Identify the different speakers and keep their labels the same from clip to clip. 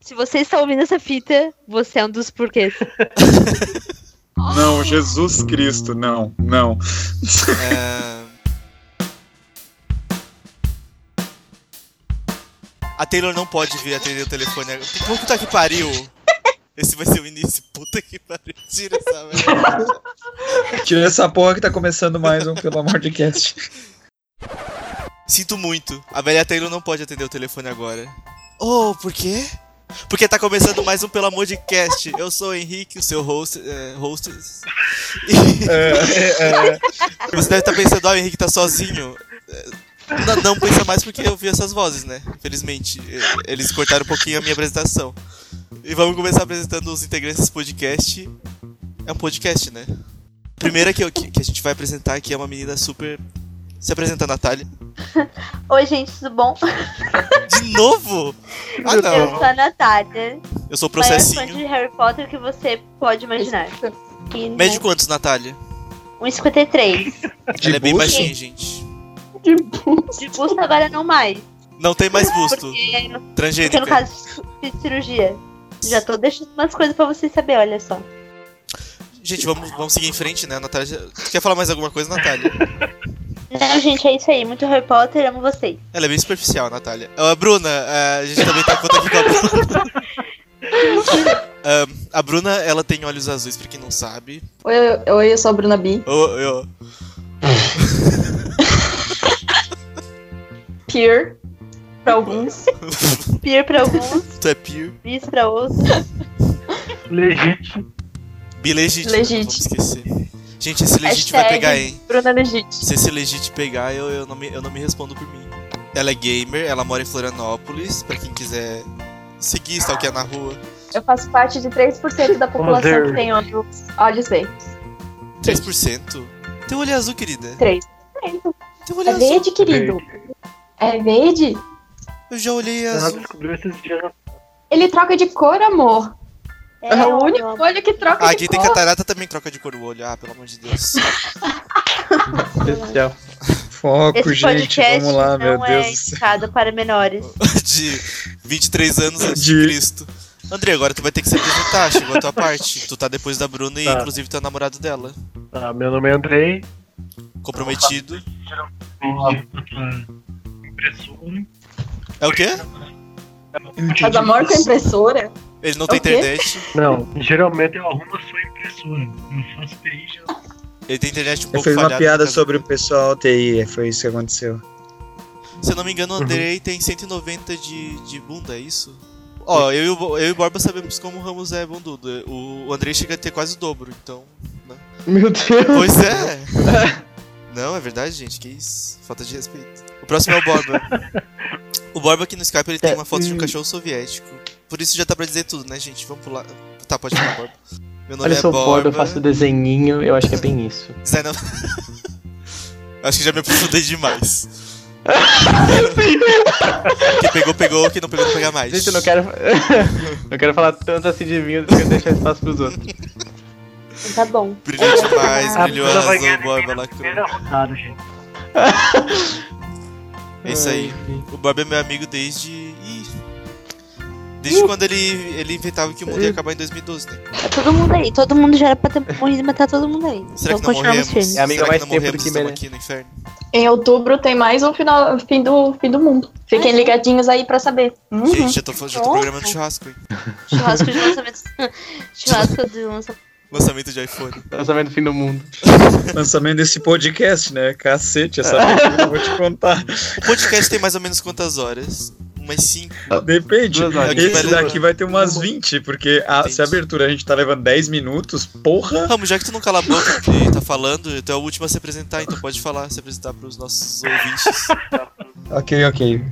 Speaker 1: Se você está ouvindo essa fita, você é um dos porquês.
Speaker 2: Não, Jesus Cristo, não, não.
Speaker 3: É, A Taylor não pode vir atender o telefone. agora. Puta que pariu! Esse vai ser o início. Puta que pariu. Tira essa merda.
Speaker 2: Tira essa porra que tá começando mais um Pelo Amor de Cast.
Speaker 3: Sinto muito. A velha Taylor não pode atender o telefone agora. Oh, por quê? Porque tá começando mais um Pelo Amor de Cast. Eu sou o Henrique, o seu host. É, host e
Speaker 2: É, é, é.
Speaker 3: você deve estar pensando, ah, o Henrique tá sozinho. É, Não, não pensa mais porque eu vi essas vozes, né? Infelizmente. é, Eles cortaram um pouquinho a minha apresentação. E vamos começar apresentando os integrantes desse podcast. É um podcast, né? A primeira que, eu- que, que a gente vai apresentar aqui é uma menina super. Se apresenta, Natália.
Speaker 1: Oi, gente, tudo bom?
Speaker 3: De novo? Ah,
Speaker 1: Eu
Speaker 3: não.
Speaker 1: sou a Natália,
Speaker 3: Eu sou o
Speaker 1: maior fã
Speaker 3: processinho.
Speaker 1: de Harry Potter que você pode imaginar. E né,
Speaker 3: Mede quantos, Natália?
Speaker 1: 1,53.
Speaker 3: Ela é bem
Speaker 2: busto?
Speaker 3: baixinha, gente.
Speaker 1: De busto agora não mais.
Speaker 3: Não tem mais busto.
Speaker 1: Porque, no- porque no
Speaker 3: Transgênica.
Speaker 1: caso de cirurgia. Já tô deixando umas coisas pra vocês saber, olha só.
Speaker 3: Gente, vamos, vamos seguir em frente, né? A Natália. já- Tu quer falar mais alguma coisa, Natália?
Speaker 1: Não, gente, é isso aí. Muito Harry Potter, amo vocês.
Speaker 3: Ela é bem superficial, a Natália. Ah, A Bruna, ah, a gente também tá conta aqui com a Bruna. Ah, a Bruna, ela tem olhos azuis, pra quem não sabe.
Speaker 4: Oi, eu- oi, eu sou a Bruna B.
Speaker 3: Ô, ô, ô.
Speaker 4: Peer, pra alguns.
Speaker 1: Peer pra alguns,
Speaker 3: tu é peer.
Speaker 1: bis pra outros.
Speaker 5: Legítimo.
Speaker 3: Bilegítimo.
Speaker 4: Legítimo.
Speaker 3: né? Vamos esquecer. Gente, esse legítimo vai
Speaker 4: Hashtag.
Speaker 3: pegar, hein?
Speaker 4: Bruna Legit.
Speaker 3: Se esse legit pegar, eu, eu, não me, eu não me respondo por mim. Ela é gamer, ela mora em Florianópolis, pra quem quiser seguir, stalkear na rua.
Speaker 4: Eu faço parte de 3% da população
Speaker 5: Prazer.
Speaker 4: que tem olhos. Olhos bem.
Speaker 3: 3%? Tem um olho azul, querida.
Speaker 4: 3.
Speaker 3: Tem um olho
Speaker 4: É
Speaker 3: azul.
Speaker 4: verde, querido. É verde?
Speaker 3: Eu já olhei
Speaker 5: Ela
Speaker 3: azul.
Speaker 5: descobriu esses dias na
Speaker 4: Ele troca de cor, amor. É, o único
Speaker 1: meu amor.
Speaker 4: olho que troca
Speaker 3: Ah,
Speaker 4: de
Speaker 3: quem tem
Speaker 4: cor.
Speaker 3: catarata também troca de cor o olho. Ah, pelo amor de Deus.
Speaker 5: especial.
Speaker 2: Foco,
Speaker 1: Esse
Speaker 2: gente,
Speaker 1: podcast
Speaker 2: vamos lá, meu
Speaker 1: não
Speaker 2: Deus
Speaker 1: é
Speaker 2: do céu.
Speaker 1: indicado para menores.
Speaker 3: De 23 anos antes de
Speaker 2: De-
Speaker 3: Cristo. André, agora tu vai ter que se apresentar, chegou a tua parte. Tu tá depois da Bruna e
Speaker 5: Tá.
Speaker 3: inclusive tu é namorado dela.
Speaker 5: Tá, meu nome é Andrei.
Speaker 3: Comprometido.
Speaker 5: Impressora.
Speaker 3: É o quê?
Speaker 4: Mas amor com a impressora?
Speaker 3: Ele
Speaker 2: É
Speaker 3: não tem
Speaker 4: O quê?
Speaker 3: internet.
Speaker 5: Não, geralmente eu arrumo a sua impressora. Eu faço TI já.
Speaker 3: Ele tem internet um
Speaker 2: Ele
Speaker 3: pouco
Speaker 2: fez uma
Speaker 3: falhada,
Speaker 2: piada
Speaker 3: tá?
Speaker 2: sobre o pessoal TI, foi isso que aconteceu.
Speaker 3: Se eu não me engano, o
Speaker 5: Uhum.
Speaker 3: Andrei tem 190 de, de bunda, é isso? Ó, eu, e o Bo- eu e o Borba sabemos como o Ramos é bundudo. O, o Andrei chega a ter quase o dobro, então.
Speaker 5: Meu Deus.
Speaker 3: Pois é! não, é verdade, gente, que isso. Falta de respeito. O próximo é o Borba. O Borba aqui no Skype ele
Speaker 5: É,
Speaker 3: tem uma foto de um cachorro soviético. Por isso já tá pra dizer tudo, né, gente? Vamos pular. Tá, pode falar, Borba. Meu nome
Speaker 6: Olha,
Speaker 3: é
Speaker 6: eu sou bordo,
Speaker 3: Borba.
Speaker 6: eu faço desenhinho, eu acho que é bem isso.
Speaker 3: Designer- Acho que já me aprofundei demais. Quem pegou, pegou. Quem não pegou, não pega mais.
Speaker 6: Gente, eu não quero. não quero falar tanto assim de mim, eu quero deixar espaço pros outros.
Speaker 1: Tá bom.
Speaker 3: Brilhou demais,
Speaker 6: Ah,
Speaker 5: A
Speaker 3: brilhou
Speaker 5: Bruna vai ganhar
Speaker 3: azul, Borba,
Speaker 5: na
Speaker 3: lacrou.
Speaker 5: primeira rodada, gente.
Speaker 3: É isso aí. O Borba é meu amigo desde... Ih. Desde quando ele, ele inventava que o mundo ia acabar em 2012, né?
Speaker 1: Tá todo mundo aí. Todo mundo já era pra ter morrido e matar todo mundo aí.
Speaker 3: Será
Speaker 1: então
Speaker 3: que não morremos?
Speaker 1: continuamos firmes.
Speaker 6: É, amigo,
Speaker 3: Será que
Speaker 6: mais
Speaker 3: não
Speaker 6: tempo
Speaker 3: morremos
Speaker 6: do que
Speaker 3: estamos
Speaker 6: merece.
Speaker 3: aqui no inferno?
Speaker 4: Em outubro tem mais um final, fim, do, fim do mundo. Fiquem ligadinhos aí pra saber. Uhum.
Speaker 3: Gente, já tô, fa- já tô
Speaker 1: Nossa.
Speaker 3: programando churrasco, hein?
Speaker 1: Churrasco de lançamento. Churrasco de lançamento.
Speaker 3: Lançamento de iPhone.
Speaker 6: Lançamento do fim do mundo.
Speaker 2: Lançamento desse podcast, né? Cacete, essa aventura eu vou te contar.
Speaker 3: O podcast tem mais ou menos quantas horas? Umas 5.
Speaker 2: Depende.
Speaker 6: Duas horas.
Speaker 2: Esse daqui vai ter umas 20, porque a- se a
Speaker 3: Entendi.
Speaker 2: abertura a gente tá levando 10 minutos, porra.
Speaker 3: Ramos, já que tu não cala a boca e tá falando, tu é o último a se apresentar, então pode falar, se apresentar pros nossos ouvintes.
Speaker 2: Ok, ok.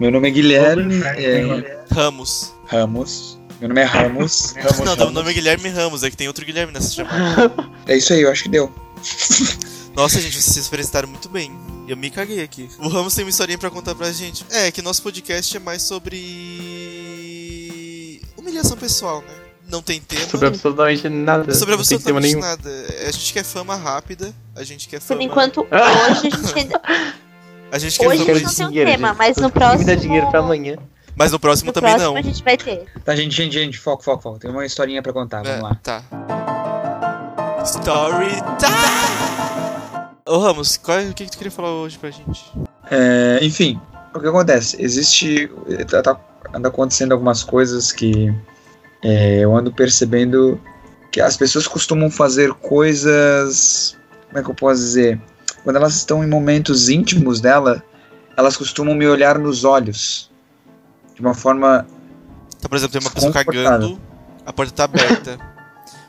Speaker 2: Meu nome é Guilherme é,
Speaker 5: É.
Speaker 3: Ramos.
Speaker 2: Ramos. Meu nome é Ramos. Ramos,
Speaker 3: não, o
Speaker 2: Ramos.
Speaker 3: nome é Guilherme Ramos, é que tem outro Guilherme nessa chamada.
Speaker 2: É isso aí, eu acho que deu.
Speaker 3: Nossa, gente, vocês se apresentaram muito bem. Eu me caguei aqui. O Ramos tem uma historinha pra contar pra gente. É, que nosso podcast é mais sobre. humilhação pessoal, né? Não tem tema.
Speaker 1: Hum.
Speaker 6: Sobre absolutamente nada.
Speaker 3: Sobre
Speaker 6: não tem tema
Speaker 3: absolutamente
Speaker 6: nenhum.
Speaker 3: nada. É, A gente quer fama rápida, a gente quer
Speaker 1: Por
Speaker 3: fama.
Speaker 1: enquanto,
Speaker 6: Ah.
Speaker 1: hoje a gente ainda.
Speaker 3: A gente quer
Speaker 1: Hoje a
Speaker 3: fama.
Speaker 1: gente
Speaker 6: quero
Speaker 1: não tem um
Speaker 6: dinheiro,
Speaker 1: tema,
Speaker 6: gente.
Speaker 1: mas no
Speaker 6: Me dá
Speaker 1: próximo.
Speaker 6: dinheiro pra amanhã.
Speaker 3: Mas no próximo
Speaker 1: No
Speaker 3: também
Speaker 1: próximo
Speaker 3: não.
Speaker 1: a gente vai ter.
Speaker 2: Tá, gente, gente, gente, foco, foco, foco. Tem uma historinha pra contar,
Speaker 6: Ah,
Speaker 3: É,
Speaker 2: vamos lá.
Speaker 3: Tá. Story time! Ô Ramos, qual é- o que, que tu queria falar hoje pra gente?
Speaker 2: É, enfim, o que acontece? Existe. Tá, tá- anda acontecendo algumas coisas que é, eu ando percebendo que as pessoas costumam fazer coisas. Como é que eu posso dizer? Quando elas estão em momentos íntimos dela, elas costumam me olhar nos olhos. De uma forma.
Speaker 3: Então, por exemplo, tem uma pessoa
Speaker 2: Desconfortável.
Speaker 3: cagando, a porta tá aberta.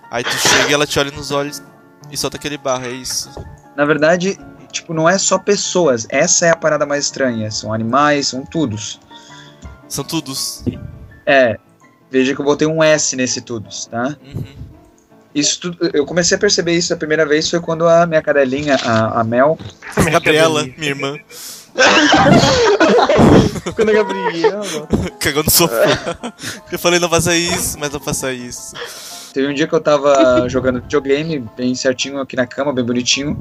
Speaker 3: Aí tu chega e ela te olha nos olhos e solta aquele barro, é isso.
Speaker 2: Na verdade, tipo, não é só pessoas. Essa é a parada mais estranha. São animais, são todos.
Speaker 3: São todos.
Speaker 2: É. Veja que eu botei um S nesse todos, tá?
Speaker 3: Uhum.
Speaker 2: Isso tudo, eu comecei a perceber isso a primeira vez foi quando a minha cadelinha, a, a Mel,
Speaker 3: Gabriela, minha irmã,
Speaker 6: Quando é a Gabriela.
Speaker 3: cagou no sofá. Eu falei, não faça isso, mas não faça isso.
Speaker 2: teve um dia que eu tava jogando videogame, bem certinho aqui na cama, bem bonitinho.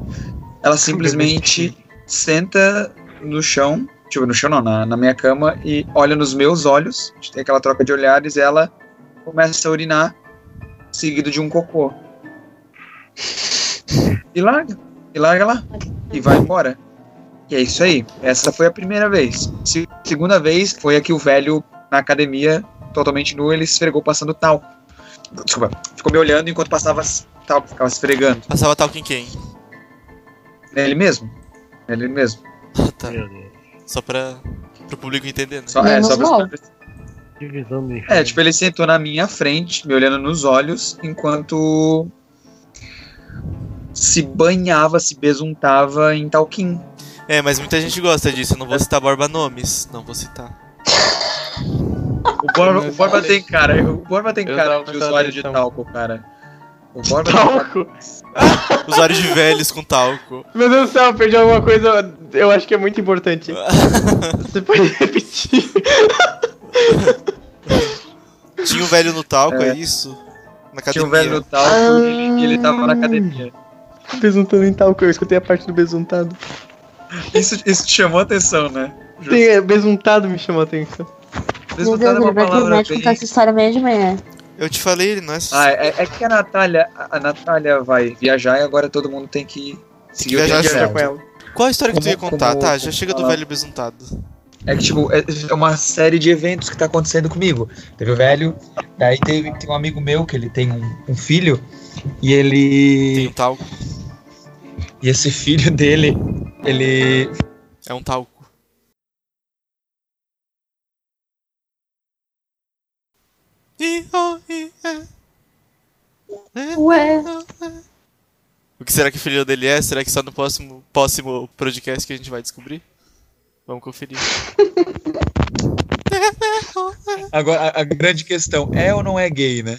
Speaker 2: Ela simplesmente senta no chão, tipo, no chão não, na, na minha cama, e olha nos meus olhos, a gente tem aquela troca de olhares, e ela começa a urinar, seguido de um cocô. E larga, e larga lá, e vai embora. E é isso aí, essa foi a primeira vez. Se- segunda vez foi a que o velho, na academia, totalmente nu, ele esfregou passando tal. Desculpa, ficou me olhando enquanto passava tal, ficava esfregando.
Speaker 3: Passava tal quem quem.
Speaker 2: Nele mesmo. Nele mesmo.
Speaker 3: Ah, tá.
Speaker 5: Meu Deus.
Speaker 3: Só pra. pro público entender, né?
Speaker 2: Só, é,
Speaker 4: Menos
Speaker 2: só pra-
Speaker 4: mal.
Speaker 5: Que visão do inferno.
Speaker 2: é, tipo, ele sentou na minha frente, me olhando nos olhos, enquanto se banhava, se besuntava em talquim.
Speaker 3: É, mas muita gente gosta disso. Eu não vou citar Borba Nomes. Não vou citar.
Speaker 2: O Borba,
Speaker 6: Eu
Speaker 2: o Borba
Speaker 6: falei.
Speaker 2: tem cara, o Borba tem
Speaker 6: Eu
Speaker 2: cara
Speaker 6: tava Então,
Speaker 2: de
Speaker 6: prestando
Speaker 2: usuário de
Speaker 6: atenção.
Speaker 2: talco, cara. O Borba
Speaker 6: Talco.
Speaker 3: Usuário de velhos com talco.
Speaker 6: Meu Deus do céu, eu perdi alguma coisa. Eu acho que é muito importante. Você pode repetir?
Speaker 3: Tinha um velho no talco, é,
Speaker 2: É.
Speaker 3: isso? Na academia.
Speaker 2: tinha um velho no
Speaker 4: Ah.
Speaker 2: talco e ele- e ele tava na academia.
Speaker 6: Besuntando em talco, eu escutei a parte do besuntado.
Speaker 2: Isso, isso te chamou a atenção, né?
Speaker 6: Tem, é, besuntado me chamou a atenção.
Speaker 2: Besuntar é uma palavra bem...
Speaker 4: tá
Speaker 1: história amanhã de manhã.
Speaker 3: Eu te falei, ele não é
Speaker 2: Ah, é, é que a Natália, a a Natália vai viajar e agora todo mundo tem que seguir
Speaker 3: viajar
Speaker 2: o dia
Speaker 3: junto
Speaker 2: dela.
Speaker 6: Com ela.
Speaker 3: Qual a história que tu ia
Speaker 2: é. Como-
Speaker 3: contar?
Speaker 2: como-
Speaker 3: tá,
Speaker 2: como
Speaker 3: já chega do
Speaker 2: falar?
Speaker 3: velho besuntado.
Speaker 2: É que, tipo, é é uma série de eventos que tá acontecendo comigo. Teve o velho, daí teve, tem um amigo meu que ele tem um, um filho, e
Speaker 3: Tem
Speaker 2: ele.
Speaker 3: um talco.
Speaker 2: E esse filho dele, ele.
Speaker 3: É um talco. I, O, I, E.
Speaker 4: Ué.
Speaker 3: O que será que o filho dele é? Será que só no próximo, próximo podcast que a gente vai descobrir? Vamos conferir.
Speaker 2: Agora, a, a grande questão, é ou não é gay, né?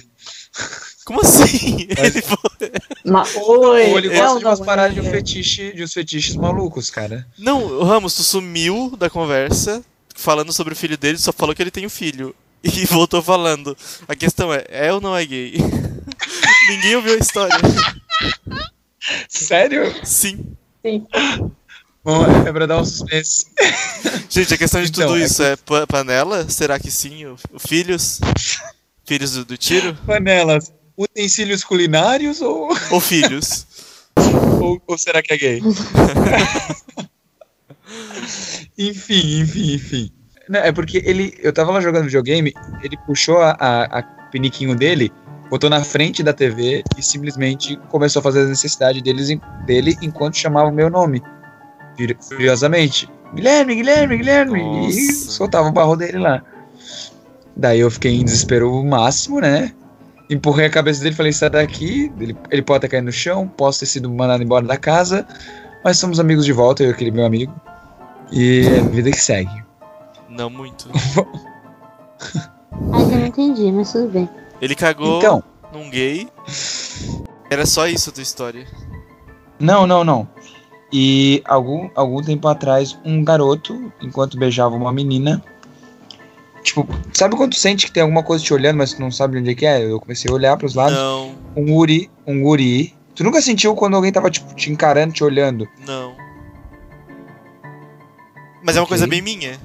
Speaker 3: Como assim?
Speaker 2: Mas-
Speaker 3: Ele foi-
Speaker 4: Mas,
Speaker 2: Ou ele
Speaker 4: oi.
Speaker 2: gosta
Speaker 4: Não,
Speaker 2: de umas
Speaker 4: não,
Speaker 2: paradas de, um
Speaker 4: é.
Speaker 2: fetiche, de uns fetiches malucos, cara.
Speaker 3: Não, Ramos, tu sumiu da conversa falando sobre o filho dele, só falou que ele tem um filho. E voltou falando. A questão é, é ou não é gay? Ninguém ouviu a história.
Speaker 2: Sério?
Speaker 3: Sim.
Speaker 2: Bom, é pra dar um suspense.
Speaker 3: Gente, a questão de
Speaker 2: Então,
Speaker 3: tudo
Speaker 2: é
Speaker 3: isso é, pa- panela? Será que sim? O- o filhos? Filhos do, do tiro?
Speaker 2: Panelas, utensílios culinários ou.
Speaker 3: Ou filhos?
Speaker 2: Ou, ou será que é gay? enfim, enfim, enfim. Não, é porque ele. Eu tava lá jogando videogame, ele puxou a, a, a piniquinho dele, botou na frente da TV e simplesmente começou a fazer as necessidades deles, em- dele enquanto chamava o meu nome. Furi- Furiosamente. Guilherme, Guilherme, Guilherme! E
Speaker 3: Nossa.
Speaker 2: soltava o barro dele lá. Daí eu fiquei em desespero máximo, né? Empurrei a cabeça dele e falei, sai daqui, ele, ele pode ter caído no chão, posso ter sido mandado embora da casa, mas somos amigos de volta, eu e aquele meu amigo. E é vida que segue.
Speaker 3: Não muito.
Speaker 1: Ainda não entendi, mas tudo bem.
Speaker 3: Ele cagou
Speaker 2: Então,
Speaker 3: num gay. Era só isso a tua história.
Speaker 2: não, não, não. E algum, algum tempo atrás, um garoto, enquanto beijava uma menina, tipo, sabe quando tu sente que tem alguma coisa te olhando, mas tu não sabe de onde é que é? Eu comecei a olhar pros lados,
Speaker 3: Não,
Speaker 2: um uri, um uri. Tu nunca sentiu quando alguém tava, tipo, te encarando, te olhando?
Speaker 3: não. Mas é uma coisa
Speaker 2: Ok.
Speaker 3: bem minha.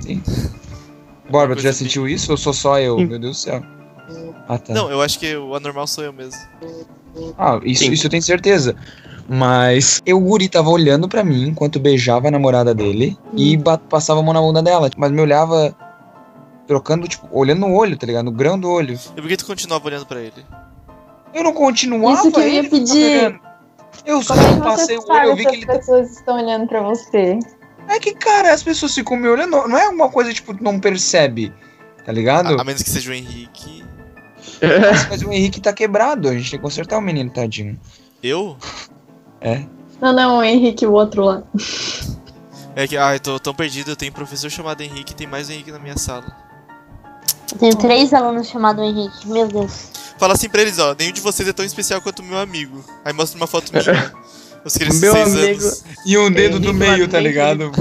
Speaker 2: Sim. Borba, tu
Speaker 3: Coisa
Speaker 2: já
Speaker 3: assim.
Speaker 2: sentiu isso ou sou só eu?
Speaker 6: Sim.
Speaker 2: Meu Deus do céu. Ah, tá.
Speaker 3: Não, eu acho que o anormal sou eu mesmo.
Speaker 2: Ah, isso,
Speaker 6: Sim.
Speaker 2: isso eu tenho certeza. Mas eu, o guri tava olhando pra mim enquanto beijava a namorada dele
Speaker 4: Hum.
Speaker 2: e ba- passava a mão na bunda dela. Mas me olhava trocando, tipo, olhando no olho, tá ligado? No grão do olho.
Speaker 3: E por que tu continuava olhando pra ele?
Speaker 2: Eu não continuava.
Speaker 4: Isso que eu ia
Speaker 2: ele tava
Speaker 4: pedir.
Speaker 2: pegando. Eu só
Speaker 4: Como é que
Speaker 2: passei
Speaker 4: você
Speaker 2: o olho, eu
Speaker 4: sabe
Speaker 2: vi
Speaker 4: que
Speaker 2: que
Speaker 4: as
Speaker 2: ele. tá-
Speaker 4: pessoas estão olhando pra você?
Speaker 2: É que, cara, as pessoas ficam me olhando. Não é uma coisa, tipo, tu não percebe. Tá ligado?
Speaker 3: A, a menos que seja o Henrique. ah.
Speaker 2: Mas o Henrique tá quebrado, a gente tem que consertar o menino, tadinho.
Speaker 3: Eu?
Speaker 4: Não, não, o Henrique, o outro lá.
Speaker 3: É que, ai, tô tão perdido, eu tenho um professor chamado Henrique e tem mais um Henrique na minha sala.
Speaker 1: Eu tenho três alunos chamados Henrique, meu Deus.
Speaker 3: Fala assim pra eles, ó, nenhum de vocês é tão especial quanto meu amigo. Aí mostra uma foto minha. Os crianças de
Speaker 6: Meu
Speaker 3: 6
Speaker 6: amigo.
Speaker 3: anos.
Speaker 2: E um dedo do
Speaker 6: Henrique
Speaker 2: meio, tá
Speaker 6: Marinho,
Speaker 2: ligado?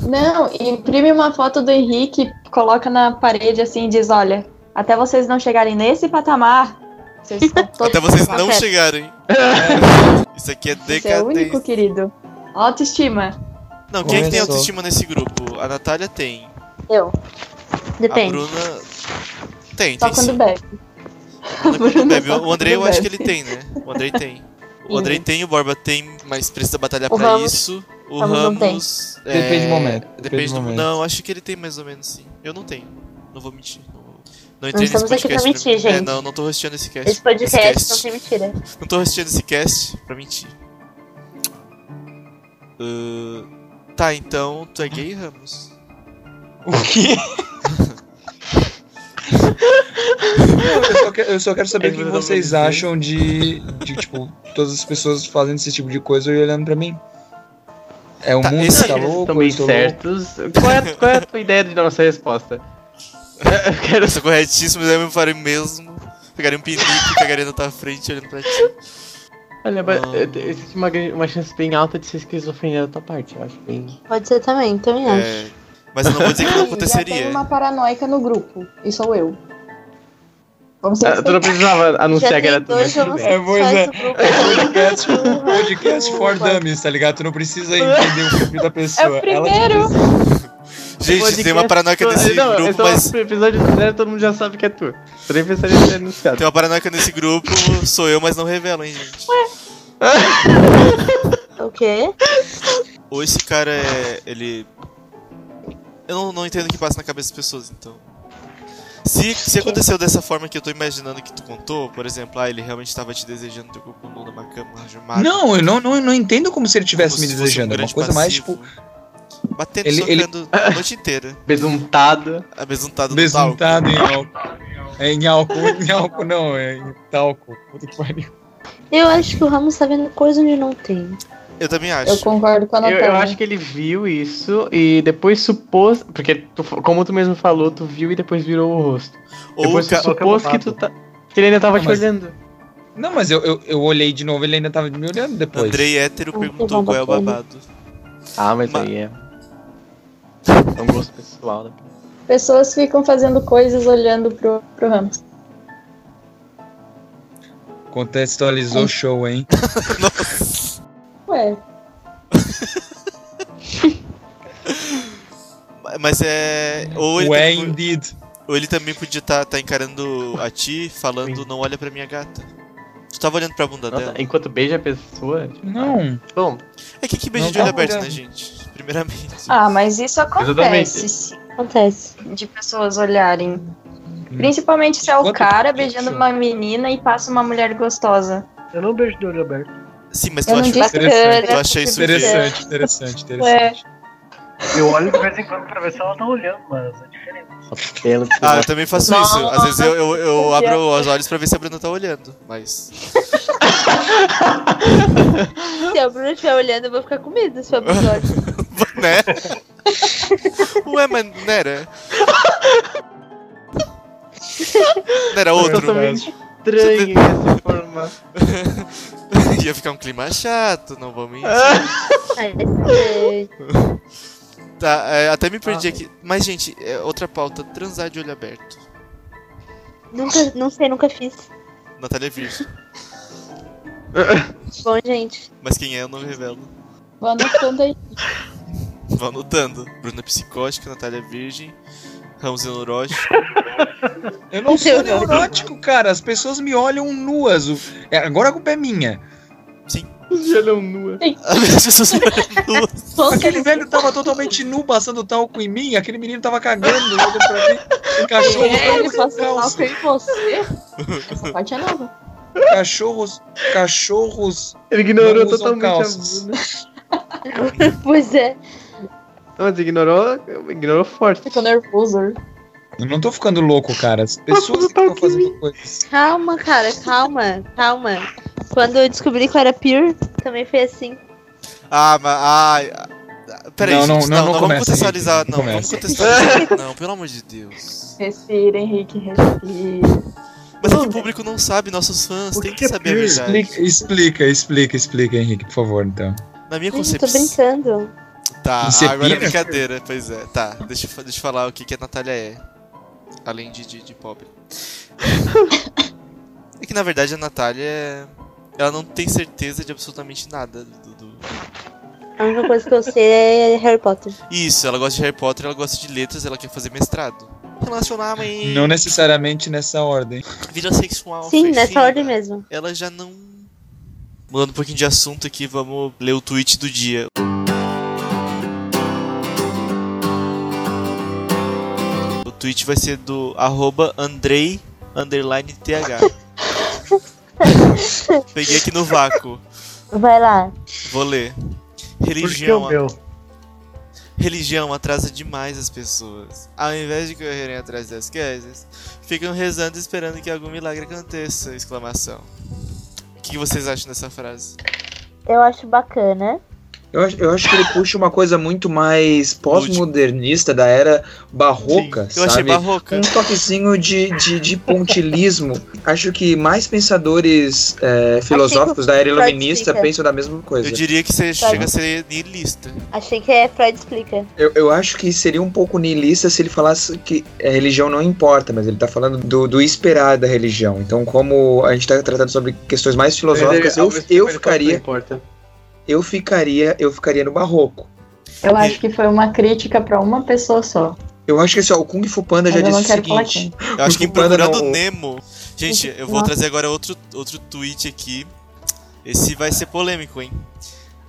Speaker 4: Não, imprime uma foto do Henrique, coloca na parede assim e diz: olha, até vocês não chegarem nesse patamar, vocês estão todos.
Speaker 3: Até vocês não
Speaker 1: Café.
Speaker 3: chegarem. Isso aqui é
Speaker 4: Você é o único,
Speaker 3: decadência.
Speaker 4: querido. Autoestima.
Speaker 3: Não, quem é que tem
Speaker 2: Começou.
Speaker 3: autoestima nesse grupo? A Natália tem.
Speaker 1: Eu.
Speaker 3: A
Speaker 1: Depende.
Speaker 3: Bruna. Tem,
Speaker 4: Só
Speaker 3: tem
Speaker 4: quando
Speaker 3: sim.
Speaker 4: bebe.
Speaker 3: Quando
Speaker 4: a Bruna
Speaker 3: bebe.
Speaker 4: só
Speaker 3: O Andrei eu
Speaker 4: quando
Speaker 3: acho que
Speaker 4: bebe.
Speaker 3: ele tem, né? O Andrei tem. O Andrei tem, o Borba tem, mas precisa batalhar
Speaker 1: O
Speaker 3: pra
Speaker 1: Ramos-
Speaker 3: isso. O
Speaker 1: Ramos não tem.
Speaker 3: Ramos. é,
Speaker 2: Depende do momento,
Speaker 3: Depende
Speaker 2: depende do
Speaker 3: do
Speaker 2: momento.
Speaker 3: Não, acho que ele tem mais ou menos sim. Eu não tenho. Não vou mentir. Não, vou- não
Speaker 1: Não
Speaker 3: entrei nesse
Speaker 1: estamos aqui pra
Speaker 3: podcast.
Speaker 1: mentir,
Speaker 3: mim. É,
Speaker 1: gente.
Speaker 3: não, não tô rosteando esse cast.
Speaker 1: Esse podcast
Speaker 3: Esse
Speaker 1: não tem mentira.
Speaker 3: Não tô assistindo esse cast pra mentir. Ah, tá, então tu é gay, Ramos?
Speaker 2: O quê? eu, só que- eu só quero
Speaker 3: É
Speaker 2: saber o que vocês acham de, de, tipo, todas as pessoas fazendo esse tipo de coisa e olhando pra mim. É o
Speaker 3: Tá,
Speaker 2: mundo
Speaker 3: esse-
Speaker 2: que tá louco,
Speaker 6: Estão bem
Speaker 2: eu tô louco.
Speaker 6: certos. Qual é, qual é a tua ideia de dar nossa resposta? Eu quero
Speaker 3: Eu sou corretíssimo, eu me farei mesmo. Pegaria um pinico e cagaria na tua frente olhando pra ti.
Speaker 6: Olha, mas
Speaker 3: Ah.
Speaker 6: eh, te- existe uma, gran- uma chance bem alta de ser esquizofrenia da tua parte, eu acho bem.
Speaker 1: Pode ser também, também acho.
Speaker 3: É, mas eu não vou dizer que não
Speaker 4: Já
Speaker 3: aconteceria.
Speaker 4: tem uma paranoica no grupo. E sou eu. Vamos ser
Speaker 6: Ah, tu não precisava
Speaker 1: Já
Speaker 6: anunciar que era
Speaker 1: tem
Speaker 6: tu, né? mas
Speaker 1: dois
Speaker 6: tudo bem.
Speaker 2: É, pois é.
Speaker 1: homossexuais do grupo.
Speaker 2: Podcast, podcast for Dummies, tá ligado? Tu não precisa entender o perfil da pessoa.
Speaker 4: É o
Speaker 2: Ela tipo, te
Speaker 4: primeiro.
Speaker 2: diz-
Speaker 3: Gente, tem uma paranoica nesse
Speaker 6: não,
Speaker 3: grupo,
Speaker 6: então,
Speaker 3: mas.
Speaker 6: pro episódio zero todo mundo já sabe que é tu. Tu nem pensaria em ser anunciado.
Speaker 3: Tem uma paranoica nesse grupo, sou eu, mas não revelo, hein, gente.
Speaker 1: O quê?
Speaker 3: Ou esse cara é. Ele. Eu não, não entendo o que passa na cabeça das pessoas, então. Se, se aconteceu dessa forma que eu tô imaginando que tu contou, por exemplo, ah, ele realmente tava te desejando teu corpo nu numa cama arrumada.
Speaker 2: Não, eu não, não, não entendo como se ele
Speaker 3: como
Speaker 2: estivesse
Speaker 3: se
Speaker 2: me
Speaker 3: fosse um
Speaker 2: desejando. É uma
Speaker 3: grande
Speaker 2: coisa mais,
Speaker 3: passivo.
Speaker 2: tipo,
Speaker 3: Batendo,
Speaker 2: ele- ele-
Speaker 3: socando a noite inteira.
Speaker 6: Besuntado.
Speaker 3: Abesuntado no tal.
Speaker 2: besuntado em álcool. É em álcool, em álcool não, é em talco. Puta que pariu.
Speaker 1: Eu acho que o Ramos tá vendo coisa onde não tem.
Speaker 3: Eu também acho.
Speaker 4: Eu concordo com a
Speaker 6: Eu,
Speaker 4: Natália.
Speaker 6: eu acho que ele viu isso e depois supôs. Porque, tu, como tu mesmo falou, tu viu e depois virou o rosto.
Speaker 3: Ou
Speaker 6: depois
Speaker 3: o
Speaker 6: tu
Speaker 3: ca...
Speaker 6: supôs que tu tá. Que ele ainda tava
Speaker 2: Não,
Speaker 6: te
Speaker 2: mas-
Speaker 6: olhando.
Speaker 2: Não, mas eu, eu, eu olhei de novo, ele ainda tava me olhando depois.
Speaker 3: Andrei hétero
Speaker 1: Não,
Speaker 3: perguntou
Speaker 1: eu vou
Speaker 3: qual é o
Speaker 1: bater, né?
Speaker 3: babado.
Speaker 6: Ah, mas
Speaker 3: Ma-
Speaker 6: aí é. É um gosto pessoal, né?
Speaker 4: Pessoas ficam fazendo coisas olhando pro, pro Ramos.
Speaker 2: Contextualizou o show, hein?
Speaker 4: Ué,
Speaker 3: Mas é. Ou ele,
Speaker 2: Ué,
Speaker 3: também,
Speaker 2: indeed.
Speaker 3: ou ele também podia estar encarando a ti, falando não olha pra minha gata. Tu tava olhando pra bunda
Speaker 6: Nossa,
Speaker 3: dela.
Speaker 6: enquanto beija a pessoa. tipo,
Speaker 2: Não.
Speaker 6: Bom,
Speaker 3: É que que beijo
Speaker 2: Não
Speaker 3: de olho
Speaker 2: tá
Speaker 3: aberto, né,
Speaker 2: olhando.
Speaker 3: gente? Primeiramente.
Speaker 4: Ah, mas isso acontece
Speaker 6: Exatamente.
Speaker 4: sim,
Speaker 1: Acontece.
Speaker 4: de pessoas olharem. Principalmente se é o
Speaker 2: Hum. Quanto
Speaker 4: cara
Speaker 2: que
Speaker 4: beijando
Speaker 2: isso?
Speaker 4: uma menina e passa uma mulher gostosa.
Speaker 5: Eu não beijo de olho aberto.
Speaker 3: Sim, mas tu
Speaker 4: Eu não
Speaker 3: acha,
Speaker 4: disse
Speaker 2: interessante.
Speaker 4: cara,
Speaker 3: tu acha isso
Speaker 1: Interessante.
Speaker 3: que...
Speaker 2: Interessante, interessante, interessante.
Speaker 5: Eu olho de vez em quando pra ver se ela tá olhando, mas é diferente.
Speaker 6: pelo que
Speaker 3: Ah, eu também faço
Speaker 1: Nossa.
Speaker 3: isso. Às vezes eu, eu, eu abro os olhos pra ver se a Bruna tá olhando, mas...
Speaker 1: Se a Bruna estiver olhando, eu vou ficar com medo desse episódio.
Speaker 3: né? Ué, mas né, não era? Não
Speaker 2: É
Speaker 3: era outro?
Speaker 6: Totalmente estranho essa forma.
Speaker 3: Ia ficar um clima chato, não vou mentir.
Speaker 1: Ai, é, sei.
Speaker 3: Tá, é, até me
Speaker 2: Ah.
Speaker 3: perdi aqui. Mas, gente, é, outra pauta. Transar de olho aberto.
Speaker 1: nunca, não sei, nunca fiz.
Speaker 3: Natália é virgem.
Speaker 1: Bom, gente.
Speaker 3: Mas quem é, eu não revelo.
Speaker 4: Vou anotando aí.
Speaker 3: Vão anotando. Bruna é psicótica, Natália é virgem, Ramos é neurótico.
Speaker 2: Eu não sou
Speaker 1: Meu Deus.
Speaker 2: neurótico, cara. As pessoas me olham nuas. O- é, Agora a culpa é minha.
Speaker 6: Gelão nua.
Speaker 3: As pessoas foram duas.
Speaker 2: Aquele velho tava totalmente nu, passando talco em mim. Aquele menino tava cagando, jogando pra mim. Um cachorro,
Speaker 4: É, ele
Speaker 2: sem
Speaker 4: passou
Speaker 2: calça.
Speaker 4: álcool em você. Essa parte é nova.
Speaker 2: Cachorros, cachorros.
Speaker 6: Ele ignorou
Speaker 2: Não usam
Speaker 6: totalmente
Speaker 2: calças.
Speaker 6: a Bruna.
Speaker 1: Pois é.
Speaker 6: Mas ignorou, ignorou forte.
Speaker 4: Ficou nervoso.
Speaker 2: Eu não tô ficando louco, cara. As pessoas que estão fazendo coisas.
Speaker 1: Calma, cara, calma, calma. Quando eu descobri que eu era peer, também foi assim.
Speaker 3: Ah, mas. Ah, ah, peraí,
Speaker 2: Não, não,
Speaker 3: gente,
Speaker 2: não, não
Speaker 3: vamos
Speaker 2: começa,
Speaker 3: contextualizar.
Speaker 2: Henrique,
Speaker 3: Não,
Speaker 2: não
Speaker 3: vamos
Speaker 2: começa.
Speaker 3: contextualizar. Não, pelo amor de Deus.
Speaker 4: Respira, Henrique, respira.
Speaker 3: Mas é que o público não sabe, nossos fãs
Speaker 5: O
Speaker 3: têm
Speaker 5: que
Speaker 3: que
Speaker 5: é
Speaker 3: saber a
Speaker 5: peer?
Speaker 3: verdade.
Speaker 2: Explica, explica, explica, explica, Henrique, por favor, então.
Speaker 3: Na minha
Speaker 1: Ai, eu Hum, tô
Speaker 3: concepção.
Speaker 1: brincando.
Speaker 3: Tá,
Speaker 2: Você é
Speaker 3: agora é
Speaker 2: pira?
Speaker 3: brincadeira, pois é. Tá, deixa eu, fa- deixa eu falar o que, que a Natália é. Além de, de, de pobre. é que na verdade a Natália. é- Ela não tem certeza de absolutamente nada do- do,
Speaker 1: A única coisa que eu sei é Harry Potter.
Speaker 3: Isso, ela gosta de Harry Potter, ela gosta de letras, ela quer fazer mestrado. Relacionar, mãe.
Speaker 2: Não necessariamente nessa ordem.
Speaker 3: Vida sexual.
Speaker 1: Sim,
Speaker 3: afetiva.
Speaker 1: nessa ordem mesmo.
Speaker 3: Ela já não. Mudando um pouquinho de assunto aqui, vamos ler o tweet do dia. O tweet vai ser do arroba Andrei underline TH. Peguei aqui no vácuo.
Speaker 1: Vai lá.
Speaker 3: Vou ler.
Speaker 5: Por que o
Speaker 3: Religião,
Speaker 5: meu?
Speaker 3: Religião atrasa demais as pessoas. Ao invés de correrem atrás das coisas, ficam rezando esperando que algum milagre aconteça! Exclamação. O que vocês acham dessa frase?
Speaker 1: Eu acho bacana.
Speaker 2: Eu, acho- eu acho que ele puxa uma coisa muito mais pós-modernista da era barroca,
Speaker 3: Eu achei
Speaker 2: sabe?
Speaker 3: barroca.
Speaker 2: um toquezinho de, de, de pontilismo. Acho que mais pensadores é, filosóficos da era
Speaker 1: Freud
Speaker 2: iluminista
Speaker 1: fica.
Speaker 2: pensam da mesma coisa.
Speaker 3: Eu diria que você
Speaker 1: Sabe?
Speaker 3: chega a ser niilista.
Speaker 1: Achei que é Freud explica.
Speaker 2: Eu, eu acho que seria um pouco niilista se ele falasse que a religião não importa, mas ele tá falando do, do esperar da religião. Então, como a gente tá tratando sobre questões mais filosóficas, eu,
Speaker 6: é
Speaker 2: eu ficaria, eu ficaria, eu ficaria no barroco.
Speaker 4: Eu acho que foi uma crítica pra uma pessoa só.
Speaker 2: Eu acho que assim, ó, o Kung Fu Panda já
Speaker 4: Mas eu
Speaker 2: disse
Speaker 4: não
Speaker 2: o
Speaker 4: quero falar
Speaker 2: seguinte.
Speaker 4: quem.
Speaker 3: Eu acho que em
Speaker 2: Procurando
Speaker 3: Procurando
Speaker 2: o-
Speaker 3: Nemo. Gente, eu vou
Speaker 4: Nossa.
Speaker 3: trazer agora outro, outro tweet aqui. Esse vai ser polêmico, hein?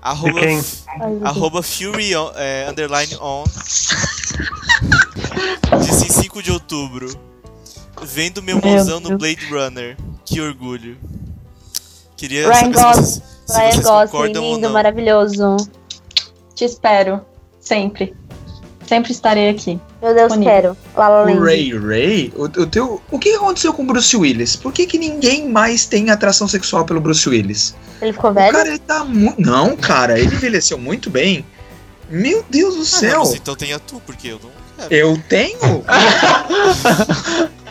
Speaker 3: Arroba,
Speaker 5: quem?
Speaker 4: Ai, meu Deus.
Speaker 3: arroba Fury on- é, underline on. Disse em 5 de outubro. Vendo meu
Speaker 4: Meu
Speaker 3: mozão no
Speaker 4: Deus.
Speaker 3: Blade Runner. Que orgulho. Queria
Speaker 4: Ryan
Speaker 3: saber se vocês, se
Speaker 1: Brian
Speaker 3: vocês
Speaker 1: Gosling,
Speaker 3: concordam ou
Speaker 1: lindo,
Speaker 3: não.
Speaker 1: maravilhoso.
Speaker 4: Te espero. Sempre. Sempre estarei aqui.
Speaker 1: Meu Deus,
Speaker 4: Bonito.
Speaker 1: quero. La La
Speaker 2: O
Speaker 1: Land.
Speaker 2: Ray Ray, o, o teu, o que aconteceu com o Bruce Willis? Por que, que ninguém mais tem atração sexual pelo Bruce Willis?
Speaker 1: Ele ficou
Speaker 2: O
Speaker 1: velho?
Speaker 2: cara, ele tá muito. Não, cara, ele envelheceu muito bem. Meu Deus do
Speaker 3: Ah, não,
Speaker 2: céu!
Speaker 3: mas então tenha tu, porque eu não quero.
Speaker 2: Eu tenho!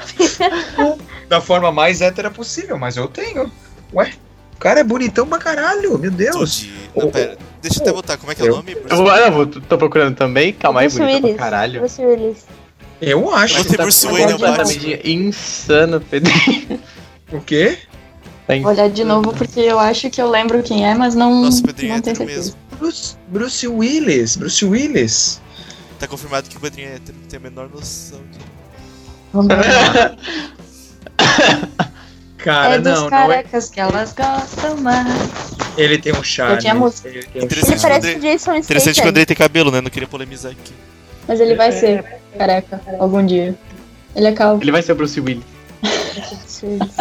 Speaker 2: da forma mais hétera possível, mas eu tenho. Ué, o cara é bonitão pra caralho, meu
Speaker 3: Tô
Speaker 2: Deus.
Speaker 3: de... Não, pera. Deixa eu até botar. Como é que é o
Speaker 2: Eu-
Speaker 3: nome? Bruce?
Speaker 6: Eu vou, eu vou, tô procurando também. Calma aí,
Speaker 1: Bruce
Speaker 6: é bonito pra
Speaker 1: Willis.
Speaker 6: caralho.
Speaker 1: Bruce Willis.
Speaker 2: Eu acho.
Speaker 3: Você- Tem Bruce
Speaker 1: Wayne, eu
Speaker 6: completamente insano, Pedro.
Speaker 2: O quê?
Speaker 6: Tá
Speaker 4: Vou olhar de novo porque eu acho que eu lembro quem é, mas não,
Speaker 3: Nossa, Pedrinho, é
Speaker 4: não tenho
Speaker 3: hétero
Speaker 4: certeza.
Speaker 3: mesmo.
Speaker 2: Bruce, Bruce Willis, Bruce Willis.
Speaker 3: Tá confirmado que o Pedrinho é hétero. Não tenho a menor noção.
Speaker 4: Vamos ver.
Speaker 2: Cara,
Speaker 4: É dos
Speaker 2: não, não é.
Speaker 4: carecas que elas gostam mais.
Speaker 2: Ele tem um charme.
Speaker 4: Eu tinha música.
Speaker 2: Ele tem um
Speaker 3: Interessante.
Speaker 1: Ele
Speaker 2: charme.
Speaker 1: parece o Jason
Speaker 3: Interessante que o
Speaker 1: Statham.
Speaker 3: Andrei tem cabelo, né? Não queria polemizar aqui.
Speaker 4: Mas ele
Speaker 2: É.
Speaker 4: vai ser careca algum dia. Ele é calvo.
Speaker 6: Ele vai ser o Bruce Willis.
Speaker 1: Bruce Willis.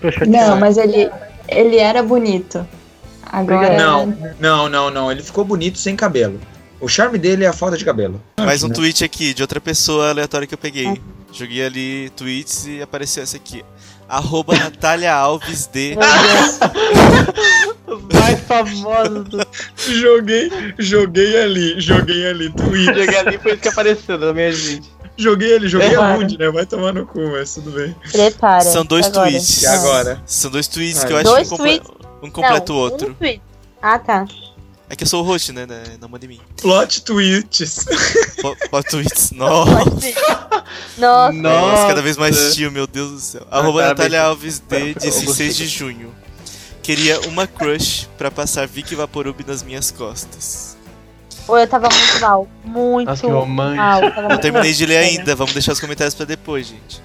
Speaker 5: Tô chateado.
Speaker 4: Não, mas ele, ele era bonito. Agora.
Speaker 2: Não, não, não, não. Ele ficou bonito sem cabelo. O charme dele é a falta de cabelo.
Speaker 3: Mais um
Speaker 2: né?
Speaker 3: tweet aqui de outra pessoa aleatória que eu
Speaker 1: É.
Speaker 3: peguei. Joguei ali tweets e apareceu esse aqui. Arroba Natália Alves D.
Speaker 1: Meu Deus.
Speaker 6: Os mais famosos do
Speaker 2: Joguei, joguei ali, joguei ali, tweet.
Speaker 6: Cheguei ali, foi isso que apareceu na minha gente.
Speaker 2: Joguei ali,
Speaker 6: joguei
Speaker 2: aonde, né? Vai tomar no cu, mas tudo bem.
Speaker 1: Prepara.
Speaker 3: São dois
Speaker 1: agora.
Speaker 3: tweets.
Speaker 2: E agora?
Speaker 3: São dois tweets
Speaker 2: Ah,
Speaker 3: que eu acho
Speaker 1: dois
Speaker 3: que um,
Speaker 1: tweets?
Speaker 3: um completa o
Speaker 1: Não,
Speaker 3: outro.
Speaker 1: um tweet. Ah, tá.
Speaker 3: É que eu sou o host, né? né? Não manda em mim.
Speaker 2: Plot tweets.
Speaker 3: Po- po- tweets. Nossa.
Speaker 1: Nossa,
Speaker 3: Nossa, cada vez mais tio, meu Deus do céu. Arroba
Speaker 6: tá,
Speaker 3: Natália
Speaker 6: beijo.
Speaker 3: Alves D, disse em
Speaker 6: Eu
Speaker 3: 6
Speaker 6: gostei.
Speaker 3: de junho. Queria uma crush pra passar Vicky Vaporub nas minhas costas.
Speaker 1: Ou eu tava muito mal. Muito
Speaker 6: Nossa, que romântico.
Speaker 1: mal. Tava
Speaker 3: Eu
Speaker 1: muito
Speaker 3: terminei de ler
Speaker 1: mal.
Speaker 3: ainda, vamos deixar os comentários pra depois, gente.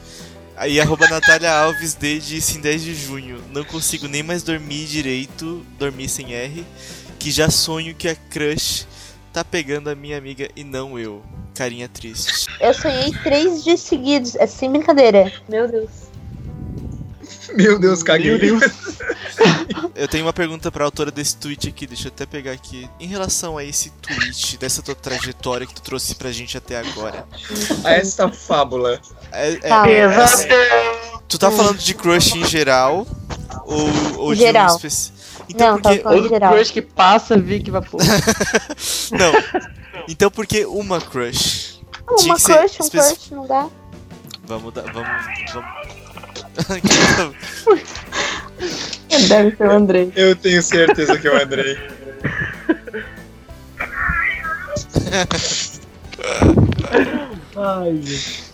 Speaker 3: Aí arroba Natália Alves D disse em 10 de junho. Não consigo nem mais dormir direito, dormir sem R, que já sonho que a crush tá pegando a minha amiga e não eu. Carinha triste.
Speaker 1: Eu sonhei três dias seguidos. É sem brincadeira. Meu Deus.
Speaker 2: Meu Deus, caguei.
Speaker 3: Eu tenho uma pergunta pra autora desse tweet aqui, deixa eu até pegar aqui. Em relação a esse tweet, dessa tua trajetória que tu trouxe pra gente até agora.
Speaker 2: A esta fábula.
Speaker 3: É- é-
Speaker 1: Tá.
Speaker 3: é- tu tá falando de crush em geral? Ou, ou
Speaker 1: Geral.
Speaker 3: de um especi... Então,
Speaker 1: Não,
Speaker 3: porque
Speaker 1: tá
Speaker 6: Ou do
Speaker 1: geral.
Speaker 6: crush que passa, vi que vapor.
Speaker 3: Não. Então por que uma crush?
Speaker 1: Ah,
Speaker 3: Tinha
Speaker 1: Uma
Speaker 3: que ser
Speaker 1: crush, um
Speaker 3: especi-
Speaker 1: crush, não dá?
Speaker 3: Vamos dar. Vamos. vamos...
Speaker 4: Deve ser o Andrei.
Speaker 2: Eu tenho certeza que é o Andrei.